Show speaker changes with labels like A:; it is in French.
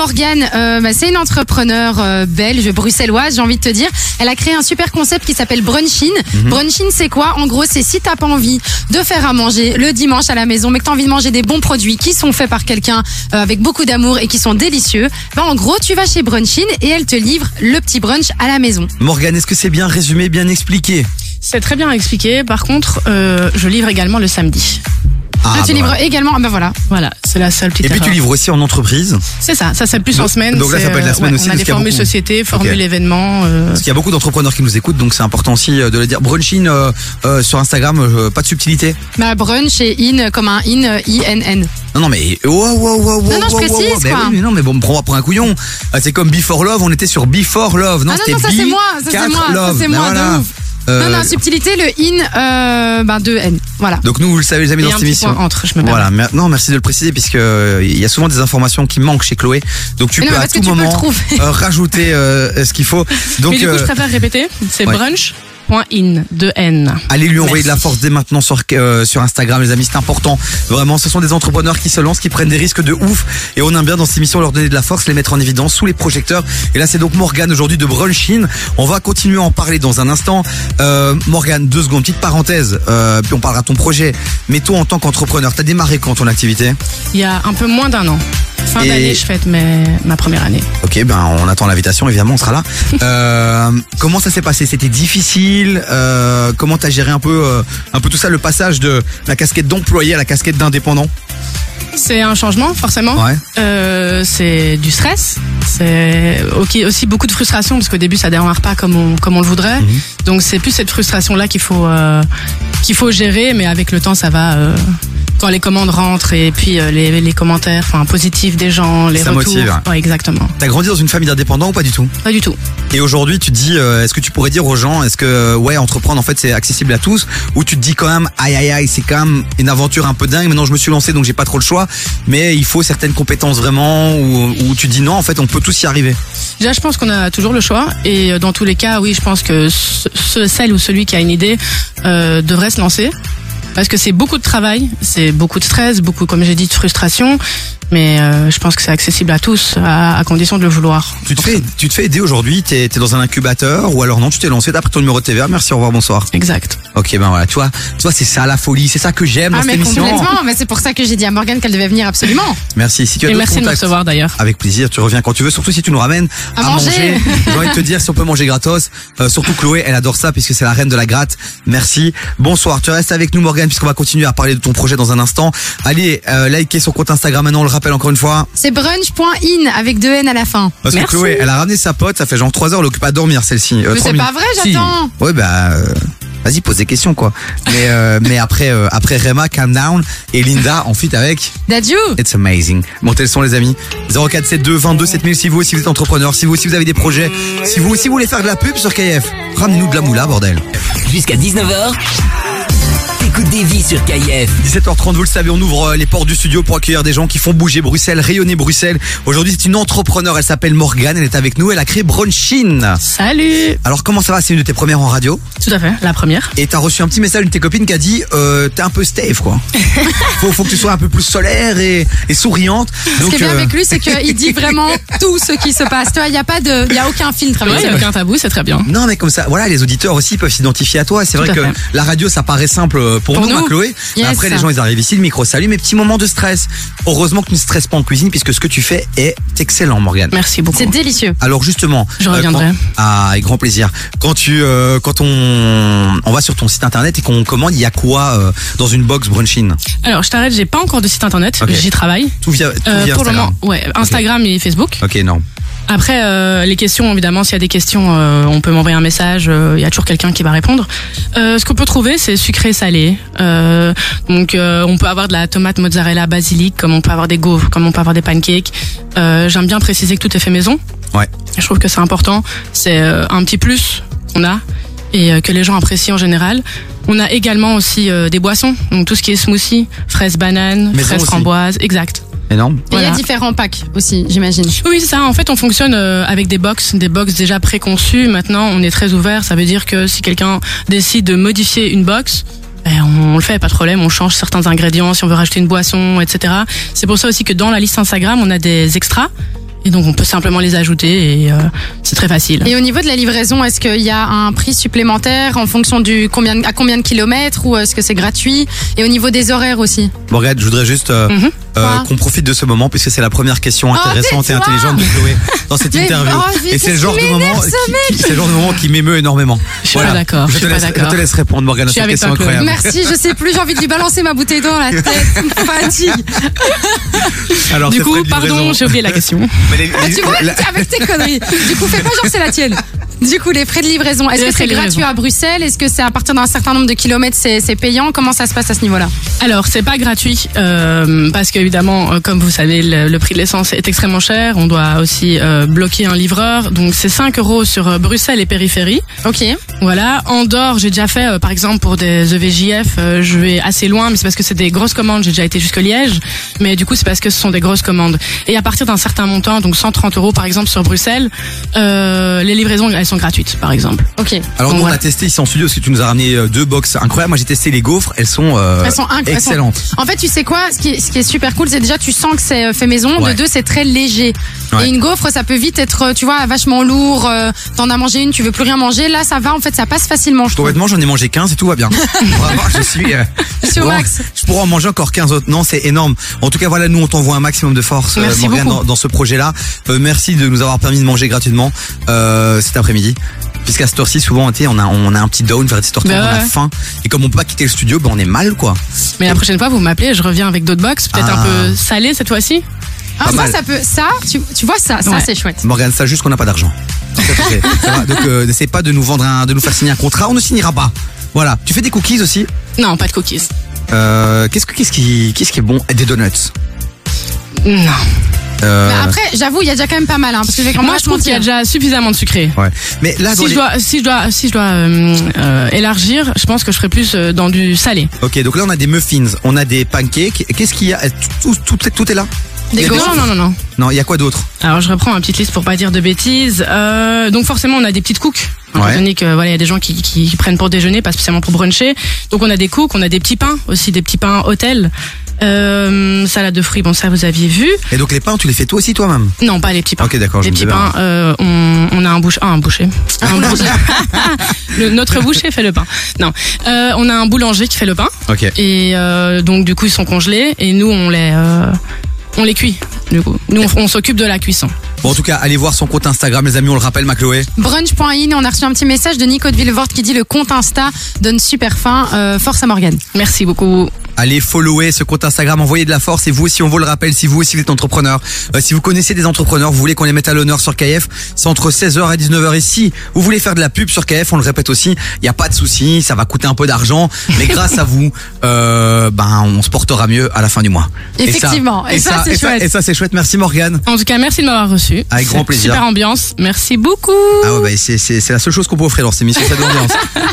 A: Morgane, euh, bah, c'est une entrepreneur euh, belge, bruxelloise, j'ai envie de te dire. Elle a créé un super concept qui s'appelle Brunchin.
B: Mhm.
A: Brunchin, c'est quoi En gros, c'est si t'as pas envie de faire à manger le dimanche à la maison, mais que t'as envie de manger des bons produits qui sont faits par quelqu'un euh, avec beaucoup d'amour et qui sont délicieux, bah, en gros, tu vas chez Brunchin et elle te livre le petit brunch à la maison.
B: Morgane, est-ce que c'est bien résumé, bien expliqué
C: C'est très bien expliqué. Par contre, euh, je livre également le samedi.
A: Là, tu
B: bah
A: livres également, ah bah voilà.
C: Voilà, c'est la seule petite
B: Et puis tu
C: erreur.
B: livres aussi en entreprise,
C: C'est ça, ça c'est plus
B: Donc-
C: en semaine.
B: donc là, ça
C: c'est,
B: peut être la
C: euh,
B: semaine
C: ouais,
B: aussi,
C: On a
B: parce
C: des
B: qu'il y a
C: formules
B: beaucoup.
C: société, formules
B: Ok.
C: événements. euh,
B: parce qu'il y a beaucoup d'entrepreneurs qui nous écoutent, donc c'est important aussi euh, de le dire. Brunchin euh, euh, sur Instagram, euh, pas de subtilité.
A: Bah, brunch et in comme un in, euh, I-N-N.
B: Non, non, mais. Oh, oh, oh, oh,
A: Non, non, je
B: oh, oh, oh,
A: précise,
B: oh, mais
A: quoi.
B: oui, mais non, mais bon, me prends pas pour un couillon. Ah, C'est comme Before Love, on était sur Before Love. Non,
A: Ah non,
B: c'était
A: non, ça, c'est
B: Be
A: moi, ça, c'est
B: quatre
A: moi, ça,
B: Love.
A: c'est
B: Ben
A: moi, de
B: voilà.
A: ouf.
B: Euh,
A: Non, non, subtilité, le in, euh, ben, de N. Voilà.
B: donc nous, vous le savez, les amis,
C: et
B: dans
C: un
B: cette
C: petit
B: émission.
C: point
A: oh,
C: entre, je me permets.
B: Voilà, mer- non, merci de le préciser puisque euh, il y a souvent des informations qui manquent chez Chloé. Donc tu
A: Mais non,
B: peux
A: mais
B: à
A: parce que
B: tout
A: tu peux le
B: moment
A: trouver.
B: euh, rajouter euh, ce qu'il faut. Donc
C: Mais du coup,
B: euh,
C: je préfère répéter. C'est
B: ouais.
C: brunch.in de N.
B: allez lui envoyer de la force dès maintenant sur euh, sur Instagram les amis, c'est important. Vraiment, ce sont des entrepreneurs qui se lancent, qui prennent des risques de ouf et on aime bien dans cette émission leur donner de la force, les mettre en évidence sous les projecteurs. Et là, c'est donc Morgane aujourd'hui de Brunchin. On va continuer à en parler dans un instant. Euh, Morgane, deux secondes, petite parenthèse, euh, puis on parlera de ton projet. Mais toi, en tant qu'entrepreneur, t'as démarré quand ton activité
C: Il y a un peu moins d'un an. Fin
B: Et-
C: d'année, je fête mes- ma première année.
B: Ok, ben on attend l'invitation, évidemment, on sera là. Euh, comment ça s'est passé C'était difficile euh, Comment t'as géré un peu, euh, un peu tout ça, le passage de la casquette d'employé à la casquette d'indépendant
C: C'est un changement, forcément.
B: Ouais.
C: Euh, c'est du stress. C'est ok- aussi beaucoup de frustration, parce qu'au début, ça démarre pas comme on, comme on le voudrait.
B: Mhm.
C: Donc, c'est plus cette frustration-là qu'il faut, euh, qu'il faut gérer, mais avec le temps, ça va. euh, quand les commandes rentrent et puis euh, les, les commentaires enfin, positifs des gens, les
B: Ça
C: retours.
B: motive, hein.
C: Ouais, exactement.
B: T'as grandi dans une famille d'indépendants ou pas du tout
C: Pas du tout.
B: Et aujourd'hui, tu te dis, euh, est-ce que tu pourrais dire aux gens, est-ce que euh, ouais, entreprendre en fait c'est accessible à tous Ou tu te dis quand même, aïe aïe aïe, c'est quand même une aventure un peu dingue. Maintenant, je me suis lancé, donc j'ai pas trop le choix. Mais il faut certaines compétences vraiment, ou, ou tu te dis non, en fait, on peut tous y arriver.
C: Déjà, je pense qu'on a toujours le choix. Et euh, dans tous les cas, oui, je pense que ce, ce- celle ou celui qui a une idée euh, devrait se lancer. Parce que c'est beaucoup de travail, c'est beaucoup de stress, beaucoup, comme j'ai dit, de frustration. Mais euh, je pense que c'est accessible à tous, à, à condition de le vouloir.
B: Tu te fais, tu te fais aider aujourd'hui, t'es es dans un incubateur ou alors non, tu t'es lancé, t'as pris ton numéro de TVA, merci, au revoir, bonsoir.
C: Exact.
B: Ok, ben voilà, toi, toi c'est ça la folie, c'est ça que j'aime dans
A: Ah,
B: cette
A: mais
B: émission.
A: complètement. Mais c'est pour ça que j'ai dit à Morgane qu'elle devait venir absolument.
B: Merci, si tu as
C: Et
B: d'autres
C: merci de me
B: contacts,
C: recevoir d'ailleurs.
B: Avec plaisir, tu reviens quand tu veux, surtout si tu nous ramènes
A: À
B: à,
A: manger.
B: J'ai envie de te dire si on peut manger gratos. Euh, surtout Chloé, elle adore ça puisque c'est la reine de la gratte. Merci. Bonsoir, tu restes avec nous Morgane puisqu'on va continuer à parler de ton projet dans un instant. Allez, euh, likez son compte Instagram maintenant, on le rappelle encore une fois.
A: C'est brunch.in avec deux N à la fin.
B: Parce que
C: Merci.
B: Chloé, elle a ramené sa pote, ça fait genre 3 heures, elle occupe à dormir celle-ci. Euh,
A: Mais
B: trois
A: c'est
B: minutes.
A: pas vrai, j'attends.
B: Si. Ouais, bah. euh, Vas-y, pose des questions, quoi. Mais, euh, mais après, euh, après Rema, Calm Down et Linda en fuite avec
A: Dadju
B: It's Amazing. Montez le son, les amis. 0472 22 7000 si vous aussi vous êtes entrepreneur, si vous aussi vous avez des projets, si vous aussi vous voulez faire de la pub sur KF, ramenez-nous de la moula, bordel.
D: Jusqu'à 19h, t'écoutes des vies sur KIF.
B: 17h30, vous le savez, on ouvre euh, les portes du studio pour accueillir des gens qui font bouger Bruxelles, rayonner Bruxelles. Aujourd'hui, c'est une entrepreneur, elle s'appelle Morgane, elle est avec nous, elle a créé Brunchin.
C: Salut
B: Alors, comment ça va C'est une de tes premières en radio
C: Tout à fait, la première.
B: Et t'as reçu un petit message d'une de tes copines qui a dit euh, T'es un peu stave quoi. faut, faut que tu sois un peu plus solaire et, et souriante.
A: Ce
B: Donc,
A: qui est bien
B: euh,
A: avec lui, c'est qu'il dit vraiment tout ce qui se passe. Toi, il n'y a pas de, il y a aucun filtre
C: Il
A: avec
C: n'y
A: lui.
C: a aucun tabou, c'est très bien.
B: non mais comme ça, voilà, les auditeurs aussi peuvent s'identifier à toi. Et C'est
C: Tout
B: vrai
C: à
B: que
C: fait.
B: la radio, ça paraît simple euh, pour,
A: Pour
B: nous,
A: nous.
B: hein, Chloé. Mais
A: Yes.
B: après, les gens, ils arrivent ici, le micro s'allume, et petits moments de stress. Heureusement que tu ne stresses pas en cuisine, puisque ce que tu fais est excellent, Morgane.
C: Merci beaucoup.
A: C'est délicieux.
B: Alors justement,
C: Je
B: euh,
C: reviendrai.
B: quand- ah, avec grand plaisir. Quand tu, euh, quand on, on va sur ton site internet et qu'on commande, il y a quoi euh, dans une box brunchin
C: Alors, je t'arrête, j'ai pas encore de site internet,
B: Ok.
C: j'y travaille.
B: Tout via, tout
C: Euh,
B: via
C: pour le
B: Instagram.
C: moment, ouais, Instagram et Facebook.
B: Ok, non.
C: Après, euh, les questions, évidemment, s'il y a des questions, euh, on peut m'envoyer un message, euh, il y a toujours quelqu'un qui va répondre. Euh, ce qu'on peut trouver, c'est sucré salé. Euh, donc, euh, on peut avoir de la tomate mozzarella basilic, comme on peut avoir des gaufres, comme on peut avoir des pancakes. Euh, J'aime bien préciser que tout est fait maison.
B: Ouais.
C: Je trouve que c'est important. C'est euh, un petit plus qu'on a et euh, que les gens apprécient en général. On a également aussi euh, des boissons, donc tout ce qui est smoothie, fraises bananes,
B: Maison
C: fraises
B: aussi.
C: framboises, exact.
A: Et
B: Énorme.
A: il y a
C: Voilà.
A: différents packs aussi, j'imagine.
C: Oui, c'est ça. En fait, on fonctionne euh, avec des box, des box déjà préconçues. Maintenant, on est très ouvert. Ça veut dire que si quelqu'un décide de modifier une box, ben, on, on le fait, pas de problème. On change certains ingrédients si on veut rajouter une boisson, etc. C'est pour ça aussi que dans la liste Instagram, on a des extras. Et donc on peut simplement les ajouter et euh, c'est très facile.
A: Et au niveau de la livraison, est-ce qu'il y a un prix supplémentaire en fonction du combien à combien de kilomètres ou est-ce que c'est gratuit Et au niveau des horaires aussi.
B: Morgane, je voudrais juste euh,
C: Mhm.
B: euh,
A: Quoi
B: qu'on profite de ce moment puisque c'est la première question
A: Oh,
B: intéressante et
A: tais-toi
B: intelligente de Chloé dans cette
A: Mais-
B: interview.
A: oh, mais
B: et c'est le
A: qu'est-ce
B: genre de
A: qu'il
B: moment
A: m'énerve, ce
B: qui- qui- c'est le genre de moment qui m'émeut énormément.
C: Je suis pas d'accord,
B: Je
C: je
B: te
C: suis pas
B: laisse- je
C: d'accord.
B: te laisse répondre Morgane à
C: Je suis
B: cette
C: avec
B: question
C: toi, Chloé.
B: incroyable.
A: Merci, je sais plus, j'ai envie de lui balancer ma bouteille d'eau dans la tête. Fatigue.
B: Alors,
C: du
B: Ah, c'est
C: coup,
B: Fred
C: pardon, Bah,
B: Livraison.
C: j'ai oublié la question.
B: Mais les-
A: Ah,
B: les-
A: tu vois,
B: la-
A: avec tes conneries. Du coup, fais pas genre c'est la tienne. Du coup, les frais de livraison, est-ce
C: Les
A: que
C: frais
A: c'est
C: de
A: gratuit
C: livraison.
A: à Bruxelles Est-ce que c'est à partir d'un certain nombre de kilomètres, c'est c'est payant Comment ça se passe à ce niveau-là
C: Alors, c'est pas gratuit euh, parce qu'évidemment, euh, comme vous savez, le, le prix de l'essence est extrêmement cher. On doit aussi euh, bloquer un livreur. Donc, c'est 5 euros sur euh, Bruxelles et périphérie.
A: Ok.
C: Voilà. Andorre, j'ai déjà fait, euh, par exemple, pour des EVJF, euh, je vais assez loin, mais c'est parce que c'est des grosses commandes. J'ai déjà été jusque Liège, mais du coup, c'est parce que ce sont des grosses commandes. Et à partir d'un certain montant, donc 130 euros, par exemple, sur Bruxelles, euh, les livraisons, elles sont gratuites, par exemple.
A: Ok.
B: Alors nous
C: Ouais.
B: on a testé ici en studio parce que tu nous as ramené euh, deux box incroyables. Moi j'ai testé les gaufres, elles sont, euh,
A: Elles sont incroyables.
B: excellentes.
A: En fait, tu sais quoi ce qui, est, ce qui est super cool, c'est déjà tu sens que c'est euh, fait maison.
B: Ouais.
A: De deux, c'est très léger.
B: Ouais.
A: Et une gaufre, ça peut vite être, euh, tu vois, vachement lourd. euh, T'en as mangé une, tu veux plus rien manger. Là, ça va. En fait, ça passe facilement. Je trouve.
B: Honnêtement j'en ai mangé 15 et tout va bien. Vraiment, je suis euh,
A: Je suis au
B: vraiment-
A: max.
B: Je pourrais en manger encore 15 autres. Non c'est énorme. En tout cas voilà nous on t'envoie un maximum de force euh,
C: Merci
B: Morgane
C: beaucoup.
B: dans, dans ce projet là. merci de nous avoir permis de manger gratuitement euh, cet après-midi. Puisqu'à cette heure-ci, souvent, tu sais, on a, on a un petit down vers 17h30,
A: Ben
C: Bah
B: on a
C: ouais.
B: faim. Et comme on peut pas quitter le studio, ben on est mal, quoi.
C: Mais la prochaine fois, vous m'appelez, je reviens avec d'autres box, peut-être
B: Ah.
C: un peu salées cette fois-ci.
A: Ah,
B: Pas
A: ça,
B: mal.
A: ça peut. Ça, tu, tu vois ça, ça,
C: Ouais.
A: c'est chouette.
B: Morgane, ça juste qu'on n'a pas d'argent. Ça, c'est- ça va. Donc euh, n'essaie pas de nous vendre un, de nous faire signer un contrat, on ne signera pas. Voilà. Tu fais des cookies aussi.
C: Non, pas de cookies.
B: Euh, qu'est-ce que qu'est-ce qui qu'est-ce qui est bon Des donuts.
C: Non.
B: Euh,
A: Mais Bah, après, j'avoue, il y a déjà quand même pas mal. Hein, parce que j'ai
C: Moi, je trouve qu'il y a déjà suffisamment de sucré.
B: ouais. Mais là, dans
C: Si
B: Ah, les-
C: je, dois, si je dois, si je dois euh, euh, élargir, je pense que je ferais plus euh, dans du salé.
B: ok, donc là on a des muffins, on a des pancakes. Qu'est-ce qu'il y a tout, tout, tout est- tout est là. Il y a
C: non,
B: des choses-
C: non, non, non.
B: Non, il y a quoi d'autre
C: Alors je reprends ma petite liste pour pas dire de bêtises. Euh, donc forcément on a des petites cooks. Étant
B: Ouais.
C: donné que voilà, il y a des gens qui, qui, prennent pour déjeuner, pas spécialement pour bruncher. Donc on a des cooks, on a des petits pains aussi, des petits pains hôtel. Euh, salade de fruits, bon ça vous aviez vu.
B: Et donc les pains, tu les fais toi aussi toi-même.
C: Non, pas les petits pains.
B: Ok, d'accord. Ah, je
C: les
B: me
C: petits
B: disais,
C: pains, euh, on, on a un boucher, ah, un boucher, un boulanger. Le- notre boucher fait le pain. Non, Euh, on a un boulanger qui fait le pain
B: Ok.
C: et euh, donc du coup ils sont congelés et nous on les euh, on les cuit. Du coup, nous on, on s'occupe de la cuisson.
B: Bon, en tout cas, allez voir son compte Instagram, les amis. On le rappelle, Macloé.
A: Brunch.in, on a reçu un petit message de Nico de Villevorde qui dit le compte Insta donne super faim. Euh, force à Morgane.
C: Merci beaucoup.
B: Allez follower ce compte Instagram, envoyez de la force et vous aussi on vous le rappelle, si vous aussi vous êtes entrepreneur, euh, si vous connaissez des entrepreneurs, vous voulez qu'on les mette à l'honneur sur KF, c'est entre 16h et 19h ici. Vous voulez faire de la pub sur KF, on le répète aussi, il n'y a pas de souci, ça va coûter un peu d'argent, mais grâce à vous, euh, ben on se portera mieux à la fin du mois. Et ça-
A: Effectivement. Et ça, c'est
B: et
A: chouette.
B: et ça c'est chouette, merci Morgane.
C: En tout cas, merci de m'avoir reçu.
B: Avec grand
C: C'est
B: plaisir.
C: Super ambiance. Merci beaucoup.
B: Ah ouais, bah, c'est- c'est c'est la seule chose qu'on peut offrir dans ces missions, cette ambiance.